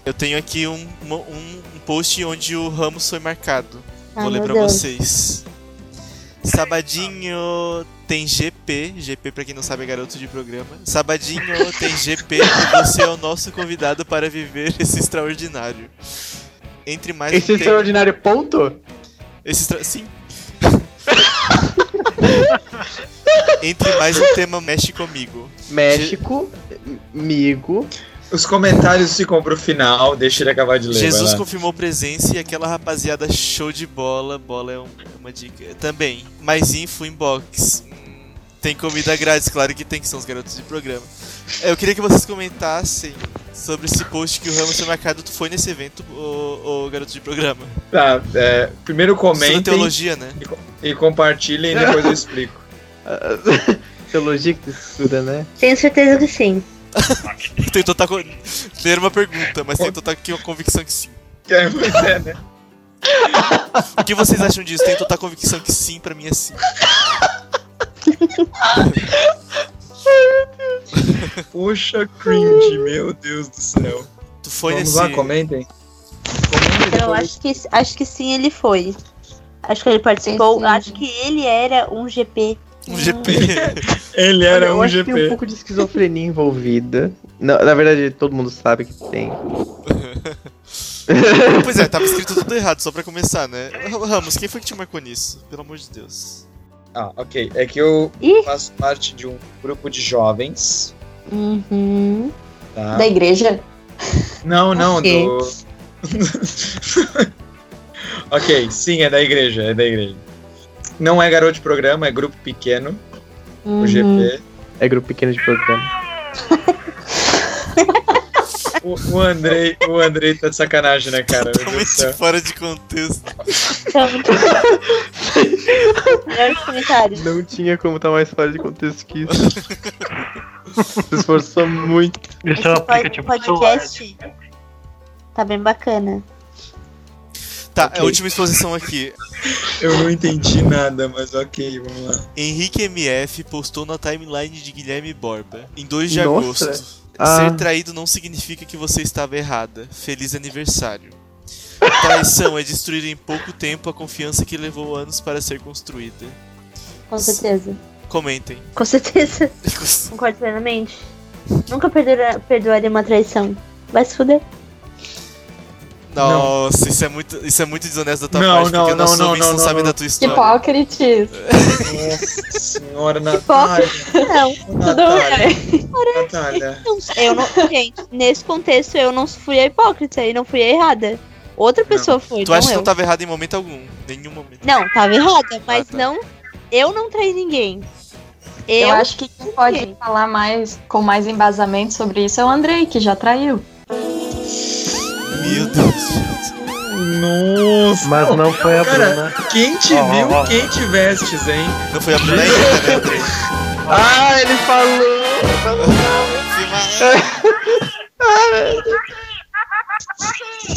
Speaker 3: Eu tenho aqui um, uma- um, um post onde o Ramos foi marcado.
Speaker 1: Ah,
Speaker 3: Vou ler
Speaker 1: meu
Speaker 3: pra
Speaker 1: Deus.
Speaker 3: vocês. Sabadinho tem GP. GP, pra quem não sabe, é garoto de programa. Sabadinho tem GP e você é o nosso convidado para viver esse extraordinário. Entre mais
Speaker 6: Esse
Speaker 3: um tema-
Speaker 6: extraordinário ponto?
Speaker 3: Esse extra... Sim. Entre mais um tema mexe comigo.
Speaker 6: México, amigo.
Speaker 2: Os comentários ficam pro final, deixa ele acabar de ler.
Speaker 3: Jesus
Speaker 2: vai lá.
Speaker 3: confirmou presença e aquela rapaziada show de bola. Bola é um- é uma dica. Também. Mais info inbox. Hum, Tem comida grátis, claro que tem, que são os garotos de programa. É, Eu queria que vocês comentassem sobre esse post que o Ramos foi marcado. Tu foi nesse evento, o, garoto de programa.
Speaker 2: Tá, é, primeiro
Speaker 3: Sobre
Speaker 2: comentem
Speaker 3: teologia, né?
Speaker 2: e compartilhem, depois eu explico.
Speaker 6: Teologia que tu estuda, né?
Speaker 1: Tenho certeza que sim.
Speaker 3: Tenho total. co- Não era tá uma pergunta, mas tenho total aqui uma convicção que sim.
Speaker 2: É, pois é, né?
Speaker 3: O que vocês acham disso? Tenho total convicção que sim, pra mim é sim.
Speaker 2: Poxa, cringe, meu Deus do céu.
Speaker 3: Tu foi
Speaker 2: Vamos
Speaker 3: nesse.
Speaker 2: lá, comentem. Comentem
Speaker 1: Eu
Speaker 2: depois.
Speaker 1: acho que, acho que sim, ele foi. Acho que ele participou.
Speaker 4: Sim, sim.
Speaker 1: Acho que ele era um GP.
Speaker 3: um GP.
Speaker 2: Ele
Speaker 6: Olha,
Speaker 2: era
Speaker 6: eu
Speaker 2: um
Speaker 6: acho que tem um
Speaker 2: GP.
Speaker 6: pouco de esquizofrenia envolvida. Na, na verdade, todo mundo sabe que tem.
Speaker 3: pois é, tava escrito tudo errado, só pra começar, né? Ramos, quem foi que te marcou nisso? Pelo amor de Deus.
Speaker 2: Ah, ok. É que eu
Speaker 1: Ih.
Speaker 2: faço parte de um grupo de jovens.
Speaker 1: Uhum.
Speaker 2: Tá?
Speaker 4: Da igreja?
Speaker 2: Não, não,
Speaker 1: Ok.
Speaker 2: do. ok, sim, é da igreja, é da igreja. Não é garoto de programa, é grupo pequeno,
Speaker 1: Uhum.
Speaker 2: o GP.
Speaker 6: É grupo pequeno de programa.
Speaker 2: O, o Andrei, o Andrei tá de sacanagem, né, cara? Meu Deus do
Speaker 3: Totalmente
Speaker 2: céu.
Speaker 3: fora de contexto.
Speaker 1: Então, muito Melhores comentários.
Speaker 6: Não tinha como tá mais fora de contexto que isso. Se esforçou muito.
Speaker 5: Esse é um aplicativo
Speaker 1: pod-
Speaker 5: do celular.
Speaker 1: podcast tá bem bacana.
Speaker 3: Tá,
Speaker 2: Ok.
Speaker 3: a última exposição aqui.
Speaker 2: Eu não entendi nada, mas ok, vamos lá.
Speaker 3: Henrique MF postou na timeline de Guilherme Borba, em 2 de
Speaker 6: Nossa.
Speaker 3: agosto.
Speaker 6: Ah.
Speaker 3: Ser traído não significa que você estava errada. Feliz aniversário. Traição é destruir em pouco tempo a confiança que levou anos para ser construída.
Speaker 1: Com certeza.
Speaker 3: Comentem.
Speaker 1: Com certeza. Concordo plenamente. Nunca perdoar- perdoaria uma traição. Vai se fuder.
Speaker 3: Nossa, isso é muito, isso é muito desonesto da tua
Speaker 2: Não,
Speaker 3: parte,
Speaker 2: não,
Speaker 3: porque
Speaker 2: não,
Speaker 3: nossos
Speaker 2: não,
Speaker 3: ouvintes não,
Speaker 2: não, não.
Speaker 3: sabem da tua história.
Speaker 4: Tipo, Hipócrites.
Speaker 2: Nossa senhora,
Speaker 1: Pipoca.
Speaker 2: Natália.
Speaker 1: Não,
Speaker 2: Natália, Natália.
Speaker 1: eu não. Gente, nesse contexto eu não fui a hipócrita e não fui a errada. Outra pessoa foi.
Speaker 3: Tu acha que
Speaker 1: eu.
Speaker 3: não tá- tava errado em momento algum? Nenhum momento.
Speaker 1: Não, tava errada, mas
Speaker 3: Ah, tá.
Speaker 1: não. Eu não traí ninguém.
Speaker 4: Eu,
Speaker 1: Eu,
Speaker 4: acho que quem pode falar mais com mais embasamento sobre isso é o Andrei, que já traiu.
Speaker 3: Meu Deus. gente.
Speaker 2: Nossa.
Speaker 5: Mas não foi a
Speaker 2: Cara,
Speaker 5: Bruna.
Speaker 2: Quem te
Speaker 5: Ó,
Speaker 2: viu,
Speaker 5: ó, ó.
Speaker 2: quem te vestes, hein?
Speaker 3: Não foi a Bruna ainda, né, Andrei?
Speaker 6: Ah, ele falou!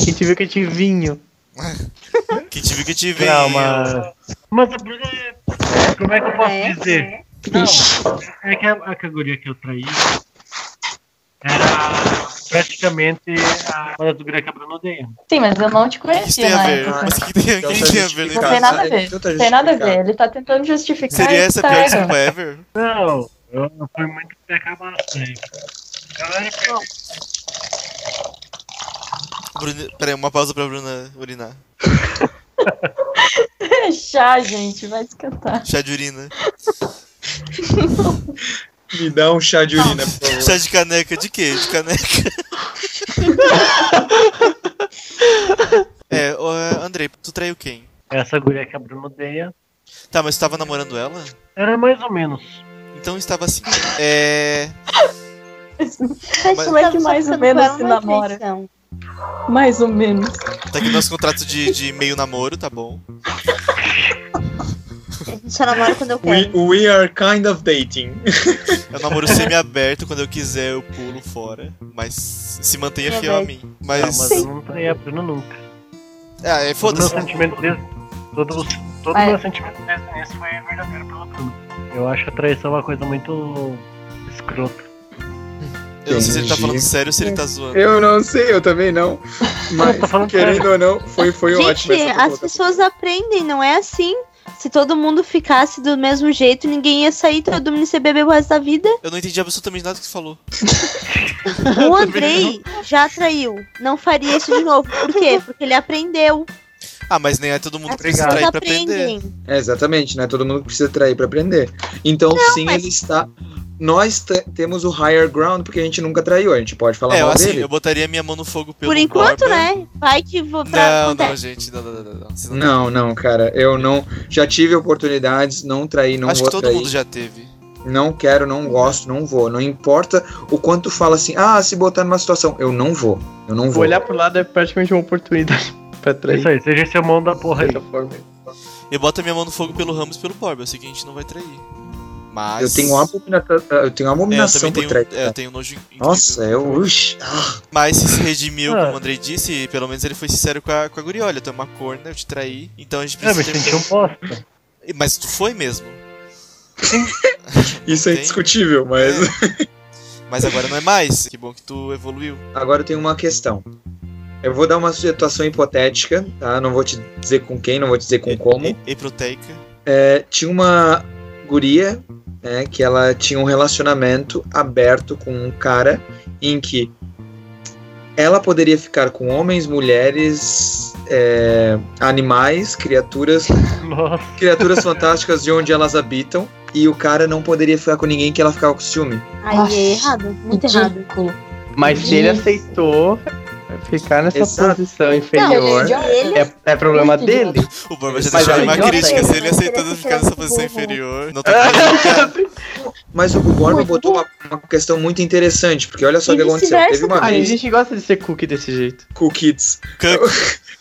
Speaker 6: Quem te viu que te vinho.
Speaker 3: Que tive que te ver.
Speaker 6: Calma.
Speaker 5: Mas a Bruna é. Como é que eu posso
Speaker 1: É.
Speaker 5: dizer? Não, é que a, a categoria que eu traí era praticamente a uma das gurias que a Bruna odeia.
Speaker 4: Sim, mas eu não te
Speaker 3: O que isso
Speaker 4: conhecia
Speaker 3: tem a
Speaker 4: na
Speaker 3: ver?
Speaker 4: época.
Speaker 3: Mas o que tem, o
Speaker 2: Então
Speaker 3: que
Speaker 2: tá
Speaker 3: tem a ver? né?
Speaker 4: Não é tem nada a ver.
Speaker 2: Então tá
Speaker 4: Não tem nada a ver,
Speaker 2: justificado.
Speaker 4: ele tá tentando justificar.
Speaker 3: Seria
Speaker 4: e
Speaker 3: essa a
Speaker 4: tá
Speaker 3: pior
Speaker 4: errando.
Speaker 3: desculpa ever?
Speaker 5: Não, Eu, eu fui muito pecar bastante. Galera,
Speaker 3: Bruna... Peraí, uma pausa pra Bruna urinar.
Speaker 4: Chá, gente, vai esquentar.
Speaker 3: Chá de urina.
Speaker 2: Me dá um chá de urina, por favor.
Speaker 3: Chá de caneca de quê? De caneca. é, ô, é, Andrei, tu traiu quem?
Speaker 5: essa guria que a Bruna odeia
Speaker 3: Tá, mas tu tava namorando ela?
Speaker 5: era mais ou menos.
Speaker 3: Então estava assim. É.
Speaker 4: Como
Speaker 1: tá
Speaker 4: é que mais ou menos se namora?
Speaker 1: então.
Speaker 4: Mais ou menos.
Speaker 3: Tá aqui nosso contrato de, de meio namoro, tá bom.
Speaker 1: A gente só namora quando eu
Speaker 2: We,
Speaker 1: quero.
Speaker 2: we are kind of dating.
Speaker 3: É um namoro semi-aberto, quando eu quiser eu pulo fora. Mas se mantenha fiel a mim.
Speaker 5: Tá,
Speaker 3: Mas.
Speaker 5: mas eu não traí a Bruna nunca.
Speaker 3: Ah, é
Speaker 5: Todo meu
Speaker 3: foda-se.
Speaker 5: sentimento desde. Todo, todo
Speaker 4: Ah, é.
Speaker 5: meu sentimento desde o início foi verdadeiro pela Bruna. Eu acho a traição é uma coisa muito escrota.
Speaker 3: Eu não sei se ele tá
Speaker 2: Entendi.
Speaker 3: falando sério ou se ele tá zoando.
Speaker 2: Eu não sei, eu também não.
Speaker 5: Tá
Speaker 2: Mas,
Speaker 5: falando
Speaker 2: querendo ou não, foi, foi
Speaker 1: Gente,
Speaker 2: ótimo essa
Speaker 1: as
Speaker 2: colocação.
Speaker 1: pessoas aprendem, não é assim. Se todo mundo ficasse do mesmo jeito, ninguém ia sair, todo mundo ia ser bebê o resto da vida.
Speaker 3: Eu não entendi absolutamente nada que você falou.
Speaker 1: O Andrei já traiu. Não faria isso de novo. Por quê? Porque ele aprendeu.
Speaker 3: Ah, mas nem é todo mundo
Speaker 1: As
Speaker 3: que precisa
Speaker 5: Obrigado.
Speaker 1: pessoas
Speaker 3: trair pra aprender.
Speaker 1: aprendem.
Speaker 2: É, exatamente, né? Todo mundo precisa trair pra aprender. Então, sim,
Speaker 1: mas-
Speaker 2: ele está. Nós te- temos o higher ground porque a gente nunca traiu. A gente pode falar
Speaker 3: É, eu,
Speaker 2: mal
Speaker 3: assim,
Speaker 2: dele.
Speaker 3: eu botaria minha mão no fogo pelo
Speaker 1: Por enquanto,
Speaker 3: Borba.
Speaker 1: né? Vai que vou pra.
Speaker 3: Não, não,
Speaker 1: acontece.
Speaker 3: gente, não, não, não, não. não. Vocês não-
Speaker 2: Não, não, cara. Eu não. Já tive oportunidades, não traí, não
Speaker 3: Acho
Speaker 2: vou
Speaker 3: que todo
Speaker 2: trair.
Speaker 3: mundo já teve.
Speaker 2: Não quero, não gosto, não vou. Não importa o quanto fala assim, ah, se botar numa situação, eu não vou. Eu não vou.
Speaker 6: Olhar pro lado é praticamente uma oportunidade pra
Speaker 5: É isso
Speaker 6: trair.
Speaker 5: aí, seja seu mão da porra aí.
Speaker 6: Dessa forma.
Speaker 3: Eu boto a minha mão no fogo pelo Ramos e pelo Borba. Eu sei que a gente não vai trair. Mas.
Speaker 2: Eu tenho uma abominação, eh, eu tenho uma
Speaker 3: É, eu
Speaker 2: abominação
Speaker 3: também
Speaker 2: por
Speaker 3: tenho,
Speaker 2: trás.
Speaker 3: é, eu tenho nojo incrível.
Speaker 2: Nossa, é, eu. Uxi, ah,
Speaker 3: Mas se se redimiu,
Speaker 5: Ah.
Speaker 6: É.
Speaker 3: como o Andrei disse, pelo menos ele foi sincero com a, com a guri. Olha, tu é uma corna, eu te traí, então a
Speaker 6: É,
Speaker 3: gente
Speaker 5: Eu me
Speaker 3: precisa...
Speaker 5: senti um bosta.
Speaker 3: ter... Mas tu foi mesmo.
Speaker 2: isso é
Speaker 3: Tem.
Speaker 2: indiscutível, mas.
Speaker 3: É. Mas agora não é mais. Que bom que tu evoluiu.
Speaker 2: Agora eu tenho uma questão. Eu vou dar uma situação hipotética, tá? Não vou te dizer com quem, não vou te dizer com como.
Speaker 3: E, e proteica.
Speaker 2: É, tinha uma guria, né, que ela tinha um relacionamento aberto com um cara em que ela poderia ficar com homens, mulheres, é, animais, criaturas,
Speaker 5: Nossa,
Speaker 2: criaturas fantásticas de onde elas habitam, e o cara não poderia ficar com ninguém que ela ficava com ciúme.
Speaker 1: Aí
Speaker 4: Nossa.
Speaker 1: é errado, muito errado.
Speaker 4: Ridículo.
Speaker 6: Mas se ele
Speaker 4: Isso.
Speaker 6: aceitou ficar nessa
Speaker 2: Exato.
Speaker 6: posição
Speaker 4: Não,
Speaker 6: inferior,
Speaker 4: ele é idiota.
Speaker 1: Ele
Speaker 6: é, é problema
Speaker 4: Muito idiota.
Speaker 6: dele.
Speaker 3: O Borba já
Speaker 6: Mas
Speaker 3: deixou
Speaker 6: olha,
Speaker 3: uma
Speaker 6: eu
Speaker 3: crítica.
Speaker 1: sei,
Speaker 3: Se ele
Speaker 1: mas
Speaker 3: aceitando
Speaker 1: ele
Speaker 3: ficar
Speaker 1: fica
Speaker 3: nessa posição
Speaker 1: burro.
Speaker 3: inferior... Não tá
Speaker 2: Mas o Borba botou uma, uma questão muito interessante, porque olha só o que
Speaker 1: E
Speaker 2: aconteceu. Teve
Speaker 1: vice-versa
Speaker 2: uma
Speaker 6: Ah, a
Speaker 2: vez
Speaker 6: gente gosta de ser cookie desse jeito.
Speaker 2: Cool Kids.
Speaker 3: Cuck.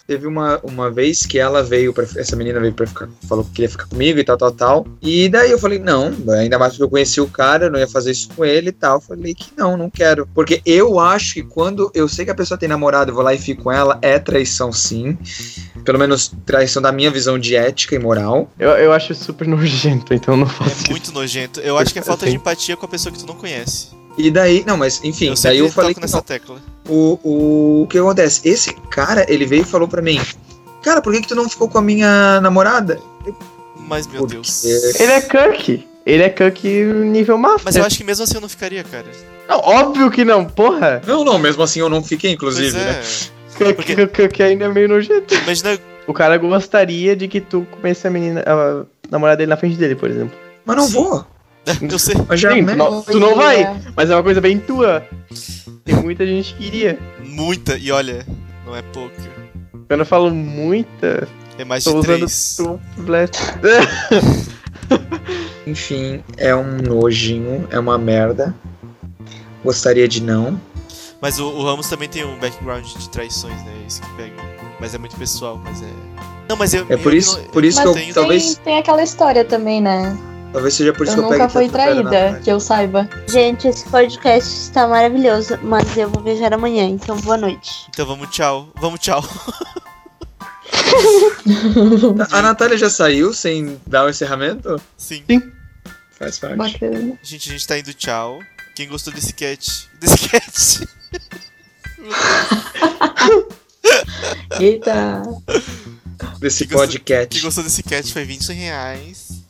Speaker 2: Teve uma, uma vez que ela veio, pra, essa menina veio pra ficar, falou que queria ficar comigo e tal, tal, tal. E daí eu falei, não, ainda mais porque eu conheci o cara, eu não ia fazer isso com ele e tal. Eu Falei que não, não quero. Porque eu acho que quando eu sei que a pessoa tem namorado, eu vou lá e fico com ela, é traição sim. Pelo menos traição da minha visão de ética e moral.
Speaker 6: Eu, eu acho super nojento, então não faço
Speaker 3: É muito nojento. Eu acho que é falta de
Speaker 6: Sim.
Speaker 3: empatia com a pessoa que tu não conhece.
Speaker 2: E daí, não, mas enfim,
Speaker 3: eu sempre
Speaker 2: daí eu falei
Speaker 3: toco
Speaker 2: que
Speaker 3: nessa
Speaker 2: não.
Speaker 3: tecla.
Speaker 2: O, o, o que acontece? Esse cara, ele veio e falou pra mim, cara, por que, que tu não ficou com a minha namorada?
Speaker 3: Mas, meu
Speaker 2: Porque-
Speaker 3: Deus.
Speaker 6: Ele é Kirk. Ele é Kirk nível máximo.
Speaker 3: Mas eu acho que mesmo assim eu não ficaria, cara.
Speaker 6: Não, óbvio que não, porra.
Speaker 2: Não, não, mesmo assim eu não fiquei, inclusive,
Speaker 3: Pois é.
Speaker 2: né?
Speaker 6: Kirk,
Speaker 3: Porque-
Speaker 6: Kirk- Kirk ainda é meio nojento.
Speaker 3: Imagina
Speaker 6: O cara gostaria de que tu comesse a menina, a namorada dele na frente dele, por exemplo.
Speaker 2: Mas não
Speaker 3: Sim.
Speaker 2: vou.
Speaker 3: Eu sei.
Speaker 2: Mas já
Speaker 6: Sim,
Speaker 2: né?
Speaker 6: não- tu não vai, mas é uma coisa bem tua. Tem muita gente que iria.
Speaker 3: Muita. E olha, não é pouca.
Speaker 6: Quando eu falo muita,
Speaker 3: É mais
Speaker 6: Tô
Speaker 3: de
Speaker 6: usando
Speaker 3: três.
Speaker 6: tu bless.
Speaker 2: Enfim, é um nojinho, é uma merda. Gostaria de não.
Speaker 3: Mas o, o Ramos também tem um background de traições, né? Isso que pega. Mas é muito pessoal, mas é. Não, mas eu.
Speaker 2: É por
Speaker 3: eu
Speaker 2: isso,
Speaker 3: não-
Speaker 2: por isso que eu
Speaker 4: Mas
Speaker 3: tenho-
Speaker 2: talvez,
Speaker 4: Tem, tem aquela história também, né?
Speaker 2: talvez seja por isso
Speaker 4: eu
Speaker 2: que eu pegue
Speaker 4: nunca fui
Speaker 2: tanto pedra na
Speaker 4: traída,
Speaker 2: frente.
Speaker 4: que eu saiba.
Speaker 1: Gente, esse podcast está maravilhoso, mas eu vou viajar amanhã, então boa noite.
Speaker 3: Então vamos tchau. Vamos tchau.
Speaker 2: A Natália já saiu sem dar o encerramento?
Speaker 3: Sim.
Speaker 2: Faz parte.
Speaker 4: Bacana.
Speaker 3: Gente, a gente tá indo tchau. Quem gostou desse cat? Desse cat?
Speaker 4: Eita.
Speaker 2: Desse
Speaker 3: Que gosto-
Speaker 2: podcast.
Speaker 3: Quem gostou desse cat foi 20 reais.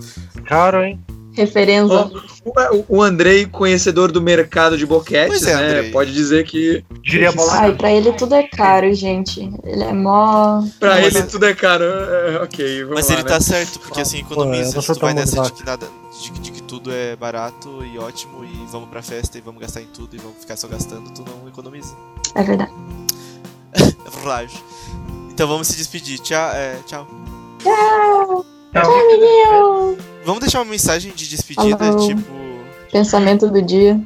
Speaker 5: caro, hein?
Speaker 4: Referenza.
Speaker 2: Oh, O- O Andrei, conhecedor do mercado de boquetes,
Speaker 3: Pois é,
Speaker 2: né,
Speaker 3: Andrei.
Speaker 2: pode dizer que
Speaker 5: Diria
Speaker 4: Ai,
Speaker 5: bola.
Speaker 4: pra ele tudo é caro, gente. Ele é mó.
Speaker 2: pra
Speaker 4: mó-
Speaker 2: ele tudo é caro. É, ok, vamos
Speaker 3: Mas
Speaker 2: lá,
Speaker 3: ele
Speaker 2: né?
Speaker 3: tá certo, porque assim,
Speaker 5: Pô, eu
Speaker 3: economiza,
Speaker 5: vou
Speaker 3: se tu vai
Speaker 5: soltar um
Speaker 3: nessa de
Speaker 5: monte
Speaker 3: que nada, de, que- de que tudo é barato e ótimo, e vamos pra festa e vamos gastar em tudo e vamos ficar só gastando, tu não economiza.
Speaker 4: É verdade.
Speaker 3: É verdade. Então vamos se despedir. Tchau, é, tchau. Vamos deixar uma mensagem de despedida,
Speaker 4: Falou.
Speaker 3: tipo.
Speaker 4: Pensamento do dia.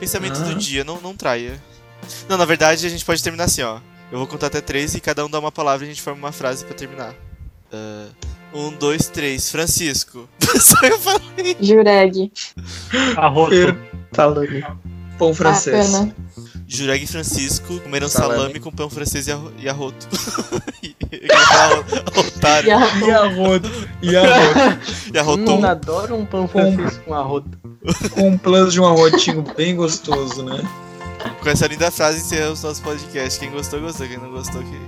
Speaker 3: Pensamento
Speaker 2: Ah.
Speaker 3: do dia, não, não traia. Não, na verdade a gente pode terminar assim, ó. Eu vou contar até três e cada um dá uma palavra e a gente forma uma frase pra terminar. Ah, um, dois, três. Francisco. Só eu falo.
Speaker 4: Jureg.
Speaker 5: Arroto.
Speaker 2: Per-
Speaker 6: Falou.
Speaker 3: tá-
Speaker 2: Pão francês.
Speaker 4: Ah, pena.
Speaker 3: Jureg e Francisco comeram salame,
Speaker 2: Salame.
Speaker 3: com pão francês e, arro e arroto. E- eu ia falar o- otário.
Speaker 4: E a-
Speaker 2: e arroto. E arroto.
Speaker 3: E arrotou.
Speaker 6: Não adoro um pão francês com arroto.
Speaker 2: com um plano de um arrotinho bem gostoso, né?
Speaker 3: Com essa linda frase encerramos nosso podcast. Quem gostou, gostou. Quem não gostou, que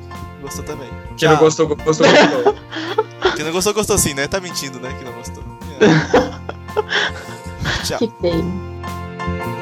Speaker 3: gostou também.
Speaker 2: Quem não
Speaker 3: Tchau.
Speaker 2: gostou, gostou, gostou.
Speaker 3: Quem não gostou, gostou sim, né? Tá mentindo, né? Que não gostou. É. Tchau.
Speaker 4: que feio.